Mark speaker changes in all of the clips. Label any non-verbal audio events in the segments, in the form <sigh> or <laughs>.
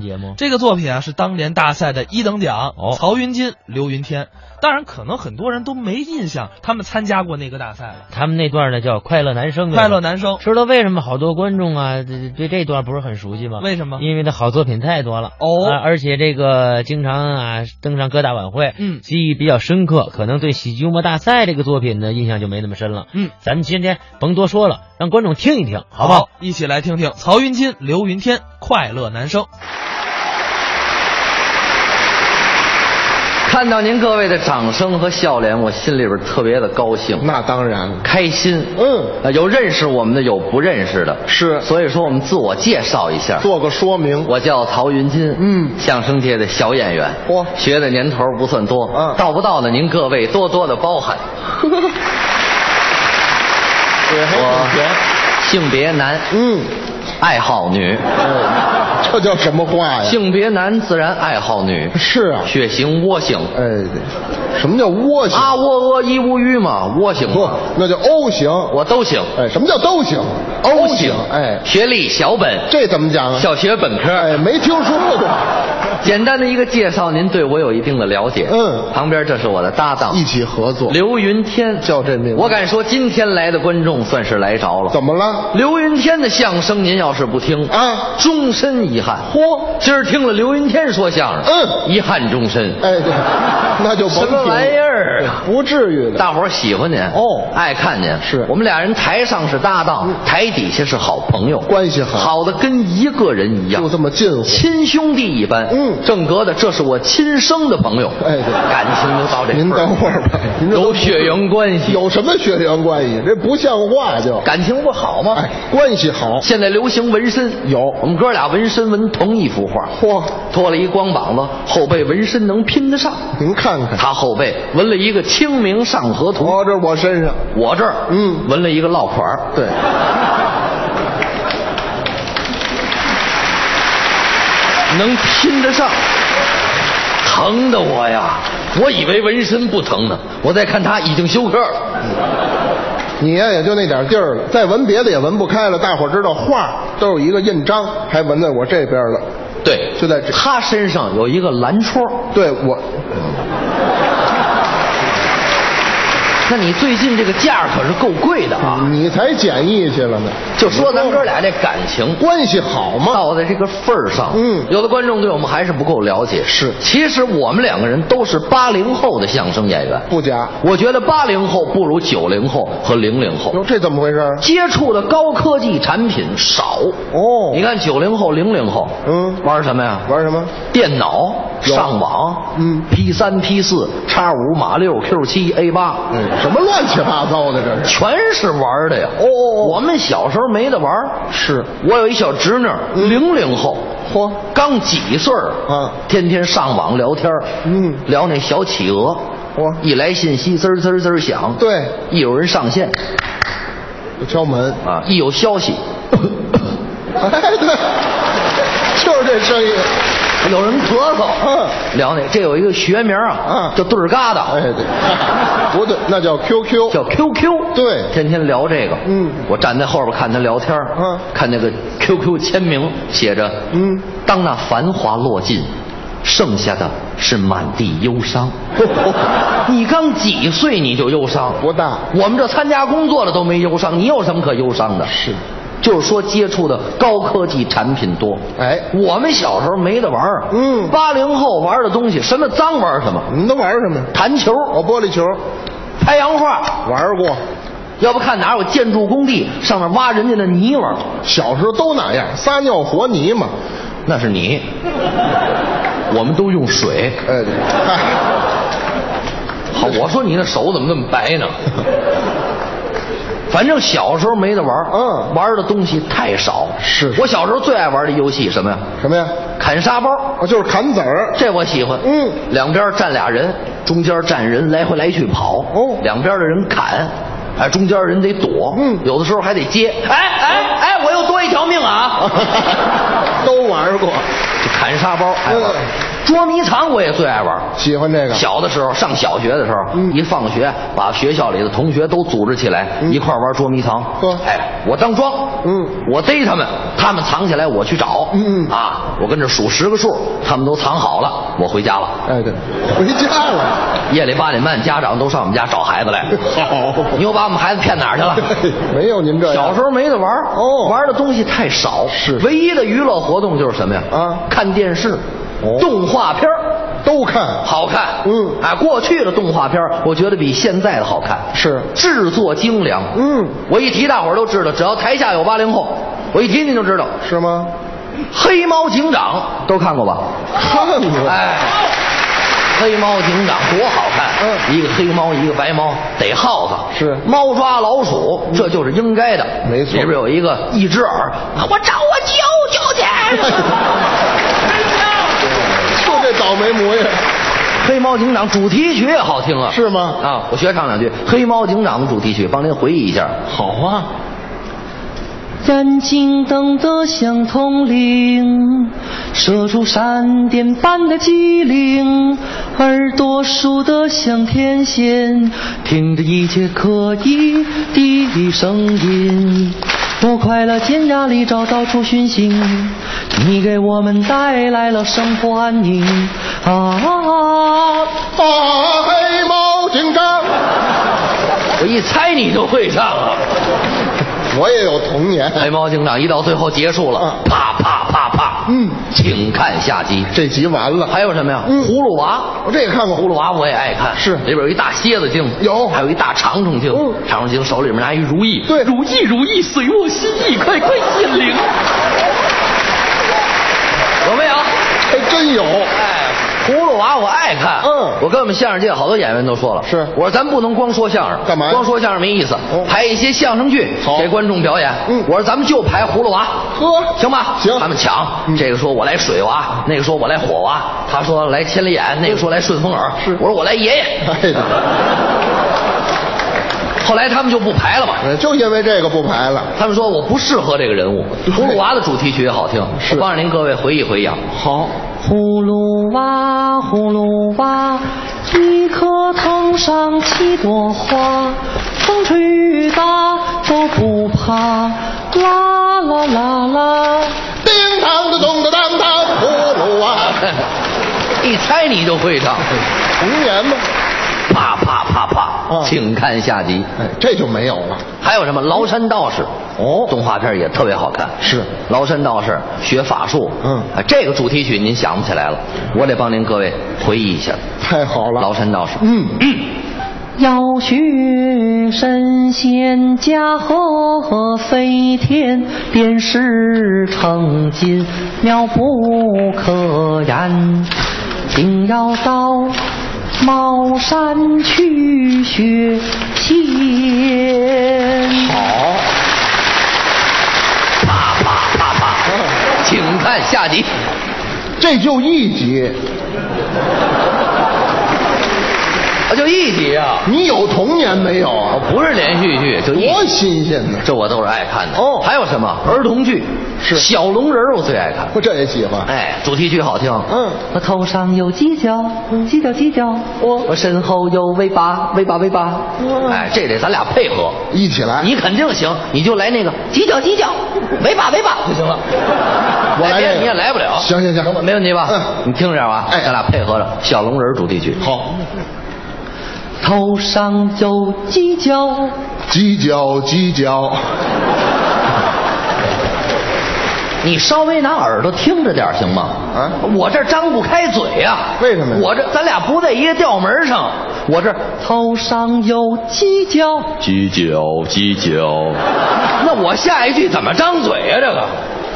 Speaker 1: 节吗？
Speaker 2: 这个作品啊是当年大赛的一等奖，
Speaker 1: 哦
Speaker 2: 曹云金、刘云天。当然，可能很多人都没印象，他们参加过那个大赛了。
Speaker 1: 他们那段呢叫《快乐男生》，对啊吧
Speaker 2: 快乐男生，
Speaker 1: 知道为什么好多观众啊对对这段不是很熟悉吗？
Speaker 2: 为什么？
Speaker 1: 因为他好作品太多了。
Speaker 2: 哦
Speaker 1: 啊而且这个经常啊登上各大晚会，
Speaker 2: 嗯
Speaker 1: 记忆比较深刻，可能对喜剧幽默大赛这个作品呢印象就没那么深了。
Speaker 2: 嗯，
Speaker 1: 咱们今天甭多说了，让观众听一听，好不好？？
Speaker 2: 一起来听听曹云金、刘云天《快乐男生》。
Speaker 3: 看到您各位的掌声和笑脸，我心里边特别的高兴，
Speaker 4: 那当然，
Speaker 3: 开心。
Speaker 4: 嗯，
Speaker 3: 呃有认识我们的，有不认识的，
Speaker 4: 是
Speaker 3: 所以说我们自我介绍一下，
Speaker 4: 做个说明。
Speaker 3: 我叫曹云金，
Speaker 4: 嗯
Speaker 3: 相声界的小演员，
Speaker 4: 嚯
Speaker 3: 学的年头不算多，
Speaker 4: 嗯
Speaker 3: 到不到的您各位多多的包
Speaker 4: <laughs>
Speaker 3: 涵。
Speaker 4: 对，还挺
Speaker 3: 我
Speaker 4: 全。
Speaker 3: 性别男，
Speaker 4: 嗯，哎
Speaker 3: 爱好女，
Speaker 4: 这叫什么话呀？
Speaker 3: 性别男自然爱好女，
Speaker 4: 是啊，
Speaker 3: 血型窝型，
Speaker 4: 哎，什么叫窝型？
Speaker 3: 啊窝窝一乌鱼嘛，窝型
Speaker 4: 不
Speaker 3: 嘛，，
Speaker 4: 那叫 O 型。
Speaker 3: 我都行。
Speaker 4: 哦哎，什么叫都行？O 型。哎，
Speaker 3: 学历小本，
Speaker 4: 这怎么讲啊？
Speaker 3: 小学本科。
Speaker 4: 哎，没听说过。
Speaker 3: 简单的一个介绍，您对我有一定的了解。
Speaker 4: 嗯
Speaker 3: 旁边这是我的搭档
Speaker 4: 一起合作。
Speaker 3: 刘云天，
Speaker 4: 叫这名字
Speaker 3: 我敢说今天来的观众算是来着了。
Speaker 4: 怎么了？
Speaker 3: 刘云天的相声您要是不听
Speaker 4: 啊
Speaker 3: 终身遗憾。嚯，今儿听了刘云天说相声，
Speaker 4: 嗯
Speaker 3: 遗憾终身。
Speaker 4: 哎，对， <laughs> 那就甭
Speaker 3: 什么
Speaker 4: 听
Speaker 3: 玩意儿啊
Speaker 4: 对不至于的。
Speaker 3: 大伙儿喜欢您
Speaker 4: 哦
Speaker 3: 爱看您
Speaker 4: 是嗯
Speaker 3: 我们俩人台上是搭档，台底下是好朋友，
Speaker 4: 关系好
Speaker 3: 好的跟一个人一样，
Speaker 4: 就这么近乎。
Speaker 3: 亲兄弟一般。
Speaker 4: 嗯
Speaker 3: 正格的，这是我亲生的朋友。
Speaker 4: 哎对
Speaker 3: 感情就到这份儿。
Speaker 4: 您等会儿吧，您这
Speaker 3: 有血缘关系，
Speaker 4: 有什么血缘关系？这不像话就。
Speaker 3: 感情不好吗？
Speaker 4: 哎，关系好。
Speaker 3: 现在流行纹身，
Speaker 4: 有
Speaker 3: 我们哥俩纹身纹同一幅画，
Speaker 4: 嚯，
Speaker 3: 脱了一光膀子，后背纹身能拼得上。
Speaker 4: 您看看，
Speaker 3: 他后背纹了一个《清明上河图》，
Speaker 4: 哦，这是我身上。
Speaker 3: 我这儿
Speaker 4: 嗯
Speaker 3: 纹了一个落款儿
Speaker 4: 对，
Speaker 3: <laughs> 能拼得上，疼的我呀！我以为纹身不疼呢，我再看他已经休克
Speaker 4: 嗯
Speaker 3: 了。
Speaker 4: 你呀也就那点劲儿了，再纹别的也纹不开了。大伙儿知道画都有一个印章，还纹在我这边了。
Speaker 3: 对，
Speaker 4: 就在这
Speaker 3: 他身上有一个蓝戳。
Speaker 4: 对我，
Speaker 3: 那你最近这个价可是够贵的啊！
Speaker 4: 你才简易去了呢。
Speaker 3: 就说咱哥俩这感情
Speaker 4: 关系好吗？
Speaker 3: 到在这个份儿上，
Speaker 4: 嗯
Speaker 3: 有的观众对我们还是不够了解。
Speaker 4: 是
Speaker 3: 其实我们两个人都是八零后的相声演员，
Speaker 4: 不假。
Speaker 3: 我觉得八零后不如九零后和零零后。
Speaker 4: 哟，这怎么回事？
Speaker 3: 接触的高科技产品少。
Speaker 4: 哦
Speaker 3: 你看九零后、零零后，
Speaker 4: 嗯
Speaker 3: 玩什么呀？
Speaker 4: 玩什么？
Speaker 3: 电脑、
Speaker 4: 有
Speaker 3: 上网，
Speaker 4: 嗯
Speaker 3: ，P 三、P 四、叉五、马六、Q 七、A 八，
Speaker 4: 嗯，什么乱七八糟的这是？
Speaker 3: 全是玩的呀。
Speaker 4: 哦哦哦
Speaker 3: 我们小时候没得玩。
Speaker 4: 是
Speaker 3: 我有一小侄女，零零后，
Speaker 4: 嗯嚯，
Speaker 3: 刚几岁儿
Speaker 4: 啊
Speaker 3: 天天上网聊天儿
Speaker 4: 嗯
Speaker 3: 聊那小企鹅，
Speaker 4: 嚯
Speaker 3: 一来信息滋儿滋儿滋儿响，，
Speaker 4: 对，
Speaker 3: 一有人上线
Speaker 4: 就
Speaker 3: <laughs>
Speaker 4: 敲门。
Speaker 3: 啊，一有消息，
Speaker 4: 哎，对，就是这声音。
Speaker 3: 有人咳嗽，
Speaker 4: 嗯
Speaker 3: 聊那这有一个学名啊，
Speaker 4: 嗯
Speaker 3: 叫对儿疙瘩，
Speaker 4: 哎，
Speaker 3: <laughs>
Speaker 4: 对，不对，那叫 QQ，
Speaker 3: 叫 QQ，
Speaker 4: 对
Speaker 3: 天天聊这个，
Speaker 4: 嗯
Speaker 3: 我站在后边看他聊天儿，
Speaker 4: 嗯
Speaker 3: 看那个 QQ 签名写着，
Speaker 4: 嗯，
Speaker 3: 当那繁华落尽，剩下的是满地忧伤。 <laughs> 你刚几岁你就忧伤？
Speaker 4: 不大
Speaker 3: 我们这参加工作的都没忧伤，你有什么可忧伤的？
Speaker 4: 是，
Speaker 3: 就是说接触的高科技产品多。
Speaker 4: 哎
Speaker 3: 我们小时候没得玩儿
Speaker 4: 嗯
Speaker 3: 八零后玩的东西，什么脏玩什么，
Speaker 4: 你们都玩什么呀？
Speaker 3: 弹球、
Speaker 4: 我玻璃球
Speaker 3: 拍洋画，
Speaker 4: 玩过，
Speaker 3: 要不看哪有建筑工地上面挖人家的泥玩儿，
Speaker 4: 小时候都那样，撒尿和泥嘛。
Speaker 3: 那是你，我们都用水。
Speaker 4: 哎，对嗨，
Speaker 3: 好，我说你那手怎么那么白呢？反正小时候没得玩儿
Speaker 4: 嗯
Speaker 3: 玩儿的东西太少。
Speaker 4: 是
Speaker 3: 我小时候最爱玩的游戏什么呀？
Speaker 4: <laughs> 什么呀？
Speaker 3: 砍沙包，
Speaker 4: 哦，就是砍子儿。
Speaker 3: 这我喜欢。
Speaker 4: 嗯
Speaker 3: 两边站俩人，中间站人，来回来去跑。
Speaker 4: 哦
Speaker 3: 两边的人砍，哎，中间人得躲。
Speaker 4: 嗯
Speaker 3: 有的时候还得接。哎哎哎，我
Speaker 4: <laughs>
Speaker 3: 又多一条命啊！
Speaker 4: 都玩过，
Speaker 3: 这砍沙包，哎
Speaker 4: 嗯
Speaker 3: 捉迷藏我也最爱玩。
Speaker 4: 喜欢这个。
Speaker 3: 小的时候，上小学的时候，
Speaker 4: 嗯
Speaker 3: 一放学把学校里的同学都组织起来，
Speaker 4: 嗯
Speaker 3: 一块儿玩捉迷藏。
Speaker 4: 呵
Speaker 3: 哎，我当庄，
Speaker 4: 嗯
Speaker 3: 我逮他们，他们藏起来，我去找。
Speaker 4: 嗯嗯
Speaker 3: 啊，我跟着数十个数，他们都藏好了，我回家了。
Speaker 4: 哎，对，回家了。
Speaker 3: 夜里八点半，家长都上我们家找孩子
Speaker 4: <laughs>
Speaker 3: 来。
Speaker 4: 好
Speaker 3: 你又把我们孩子骗哪儿去
Speaker 4: <laughs>
Speaker 3: 了？
Speaker 4: 没有您这样
Speaker 3: 小时候没得玩儿
Speaker 4: 哦
Speaker 3: 玩的东西太少，
Speaker 4: 是
Speaker 3: 唯一的娱乐活动就是什么呀？
Speaker 4: 啊
Speaker 3: 看电视，
Speaker 4: 哦
Speaker 3: 动画片儿
Speaker 4: 都看。
Speaker 3: 好看。
Speaker 4: 嗯
Speaker 3: 啊，过去的动画片儿我觉得比现在的好看，
Speaker 4: 是
Speaker 3: 制作精良。
Speaker 4: 嗯，
Speaker 3: 我一提大伙儿都知道，只要台下有八零后，我一提您就知道，
Speaker 4: 是吗？
Speaker 3: 黑猫警长都看过吧？
Speaker 4: 看过。
Speaker 3: 哎，黑猫警长多好看！
Speaker 4: 嗯
Speaker 3: 一个黑猫，一个白猫，逮耗子
Speaker 4: 是嗯
Speaker 3: 猫抓老鼠，这就是应该的。
Speaker 4: 没错
Speaker 3: 里边有一个一只耳，我找我舅舅 <laughs>
Speaker 4: <laughs> 哎
Speaker 3: 去。
Speaker 4: 就这倒霉模样，
Speaker 3: 黑猫警长主题曲也好听啊，
Speaker 4: 是吗
Speaker 3: 啊，我学唱两句黑猫警长的主题曲，帮您回忆一下。
Speaker 1: 好啊，
Speaker 5: 眼睛瞪得像铜铃，射出闪电般的机灵，耳朵竖得像天线，听着一切可疑的声音。我快乐尖牙里找到处寻衅，你给我们带来了生活安宁啊！
Speaker 4: 啊，黑猫警长，
Speaker 3: 我一猜你就会唱
Speaker 4: <laughs>
Speaker 3: 啊。
Speaker 4: 我也有童年。
Speaker 3: 黑猫警长一到最后结束了，
Speaker 4: 嗯
Speaker 3: 啪啪啪啪，
Speaker 4: 嗯
Speaker 3: 请看下集。
Speaker 4: 这集完了，
Speaker 3: 还有什么呀？
Speaker 4: 嗯
Speaker 3: 葫芦娃，
Speaker 4: 我这也看过
Speaker 3: 葫芦娃我也爱看，
Speaker 4: 是
Speaker 3: 里边有一大蝎子精，
Speaker 4: 有
Speaker 3: 还有一大长虫精，
Speaker 4: 嗯
Speaker 3: 长虫精手里面拿一如意，
Speaker 4: 对
Speaker 3: 如意如意，随我心意，快快显灵，有没有？
Speaker 4: 还真有。
Speaker 3: 哎，葫芦娃我爱看，
Speaker 4: 嗯
Speaker 3: 我跟我们相声界好多演员都说了，
Speaker 4: 是
Speaker 3: 我说咱不能光说相声，
Speaker 4: 干嘛呀
Speaker 3: 光说相声没意思，
Speaker 4: 哦
Speaker 3: 排一些相声剧
Speaker 4: 好
Speaker 3: 给观众表演。
Speaker 4: 嗯
Speaker 3: 我说咱们就排葫芦娃，
Speaker 4: 呵
Speaker 3: 行吧？
Speaker 4: 行
Speaker 3: 咱们抢，
Speaker 4: 嗯
Speaker 3: 这个说我来水娃，那个说我来火娃，他说来千里眼，那个说来顺风耳，
Speaker 4: 是
Speaker 3: 我说我来爷爷。
Speaker 4: 哎，
Speaker 3: <laughs> 后来他们就不排了嘛。
Speaker 4: 哎就因为这个不排了。
Speaker 3: 他们说我不适合这个人物，葫芦娃的主题曲也好听，
Speaker 4: 是
Speaker 3: 我帮着您各位回忆回忆啊。
Speaker 4: 好，
Speaker 5: 葫芦娃，葫芦娃，一棵藤上七朵花，风吹雨打都不怕，啦啦啦啦。
Speaker 4: 叮当的咚的当当，葫芦娃、
Speaker 3: 哎一猜你就会
Speaker 4: <laughs>
Speaker 3: 唱，
Speaker 4: 童年嘛，
Speaker 3: 啪啪啪啪
Speaker 4: 嗯，
Speaker 3: 请看下集。
Speaker 4: 哎，这就没有了。
Speaker 3: 还有什么崂山道士？
Speaker 4: 嗯哦
Speaker 3: 动画片也特别好看。
Speaker 4: 是
Speaker 3: 崂山道士学法术。
Speaker 4: 嗯
Speaker 3: 啊，这个主题曲您想不起来了，我得帮您各位回忆一下。
Speaker 4: 太好了，
Speaker 3: 崂山道士，
Speaker 4: 嗯，
Speaker 5: 要学神仙驾鹤飞天，炼石成金妙不可言。定要到茅山去学仙。
Speaker 4: 好，
Speaker 3: 啪啪啪
Speaker 4: 嗯
Speaker 3: 啪，请看下集。
Speaker 4: 这就一集，
Speaker 3: 啊，就一集啊，哦
Speaker 4: 你有童年没有啊？
Speaker 3: 不是连续剧，就一
Speaker 4: 多
Speaker 3: 集。
Speaker 4: 新鲜呢！
Speaker 3: 这我都是爱看的。
Speaker 4: 哦
Speaker 3: 还有什么儿童剧？
Speaker 4: 是
Speaker 3: 小龙人儿，我最爱看。
Speaker 4: 我这也喜欢。
Speaker 3: 哎，主题曲好听。
Speaker 4: 嗯，
Speaker 5: 我头上有犄角，犄角犄角，我我身后有尾巴，尾巴尾巴。
Speaker 3: 哎，这得咱俩配合。
Speaker 4: 一起来，
Speaker 3: 你肯定行，你就来那个犄角犄角，尾巴尾巴就行了。哎
Speaker 4: 我来
Speaker 3: 别
Speaker 4: 这
Speaker 3: 的
Speaker 4: 个
Speaker 3: 你也来不了。
Speaker 4: 行行行
Speaker 3: 没问题吧？
Speaker 4: 嗯
Speaker 3: 你听着啊，
Speaker 4: 哎
Speaker 3: 咱俩配合着小龙人主题曲。
Speaker 4: 好，
Speaker 5: 头上有犄角，
Speaker 4: 犄角犄角，
Speaker 3: 你稍微拿耳朵听着点儿行吗？
Speaker 4: 啊
Speaker 3: 我这张不开嘴呀、
Speaker 4: 为什么呀
Speaker 3: 我这咱俩不在一个调门上，我这
Speaker 5: 头上有犄角。
Speaker 3: 犄角犄角。那我下一句怎么张嘴呀、这个，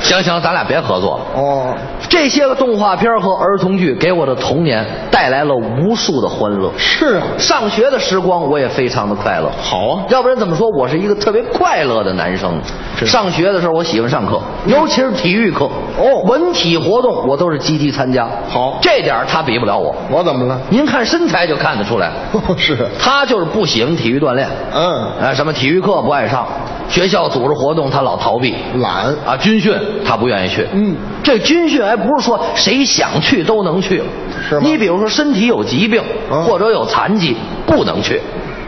Speaker 3: 行行，咱俩别合作。
Speaker 4: 哦，
Speaker 3: 这些个动画片和儿童剧给我的童年带来了无数的欢乐。
Speaker 4: 是啊，
Speaker 3: 上学的时光我也非常的快乐。
Speaker 4: 好啊
Speaker 3: 要不然怎么说我是一个特别快乐的男生？上学的时候我喜欢上课，尤其是体育课。
Speaker 4: 哦
Speaker 3: 文体活动我都是积极参加。
Speaker 4: 好
Speaker 3: 这点儿他比不了我。
Speaker 4: 我怎么了？哦
Speaker 3: 您看身材就看得出来，
Speaker 4: 是，
Speaker 3: 他就是不喜欢体育锻炼。啊
Speaker 4: 嗯，
Speaker 3: 哎，什么体育课不爱上，学校组织活动他老逃避
Speaker 4: 懒
Speaker 3: 啊，军训他不愿意去。
Speaker 4: 嗯，
Speaker 3: 这军训还不是说谁想去都能去，
Speaker 4: 是吗
Speaker 3: 你比如说身体有疾病、
Speaker 4: 嗯
Speaker 3: 或者有残疾不能去。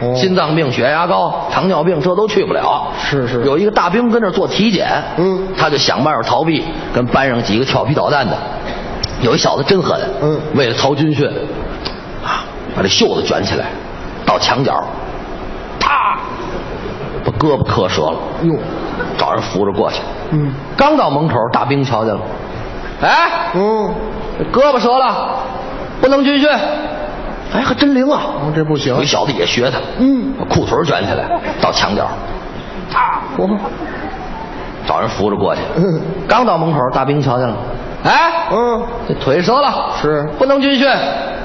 Speaker 4: 哦
Speaker 3: 心脏病、血压高、糖尿病，这都去不了。
Speaker 4: 是是
Speaker 3: 有一个大兵跟那儿做体检，
Speaker 4: 嗯
Speaker 3: 他就想办法逃避，跟班上几个调皮捣蛋的。有一小子真狠，
Speaker 4: 嗯
Speaker 3: 为了逃军训，啊，把这袖子卷起来，到墙角，啪，把胳膊磕折了，
Speaker 4: 哟，
Speaker 3: 找人扶着过去。
Speaker 4: 嗯
Speaker 3: 刚到门口，大兵瞧见了，哎，
Speaker 4: 嗯，
Speaker 3: 胳膊折了，不能军训。哎，还真灵啊！
Speaker 4: 哦这不行
Speaker 3: 有一小子也学他，
Speaker 4: 嗯，
Speaker 3: 把裤腿儿卷起来到墙角，啪，
Speaker 4: 我
Speaker 3: 找人扶着过去。
Speaker 4: 嗯
Speaker 3: <laughs> 刚到门口，大兵瞧见了，哎，
Speaker 4: 嗯
Speaker 3: 这腿折了，
Speaker 4: 是
Speaker 3: 不能军训。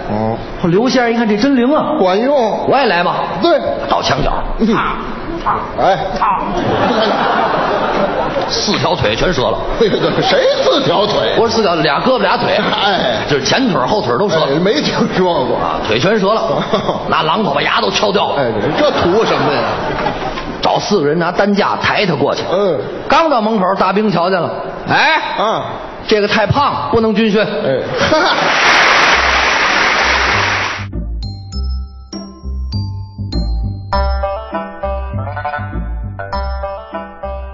Speaker 4: 哦，
Speaker 3: 我刘先生一看这真灵啊，
Speaker 4: 管用，
Speaker 3: 我也来吧。
Speaker 4: 对
Speaker 3: 到墙角，
Speaker 4: 嗯
Speaker 3: 啪啪
Speaker 4: 哎，
Speaker 3: 啪， <laughs> 四条腿全折了。
Speaker 4: 这个谁四条腿？
Speaker 3: 不是四条，俩胳膊俩腿， <laughs>
Speaker 4: 哎
Speaker 3: 就是前腿后腿都折了，
Speaker 4: 哎没听说过，
Speaker 3: 啊，腿全折了，
Speaker 4: <laughs>
Speaker 3: 拿榔头把牙都敲掉了。
Speaker 4: 哎，这图什么呀？
Speaker 3: 找四个人拿担架抬他过去。
Speaker 4: 嗯，
Speaker 3: 刚到门口，大兵瞧见了，哎，
Speaker 4: 啊，
Speaker 3: 这个太胖，不能军训。
Speaker 4: 哎，哈哈。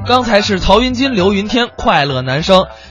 Speaker 2: 刚才是曹云金、刘云天《快乐男声》。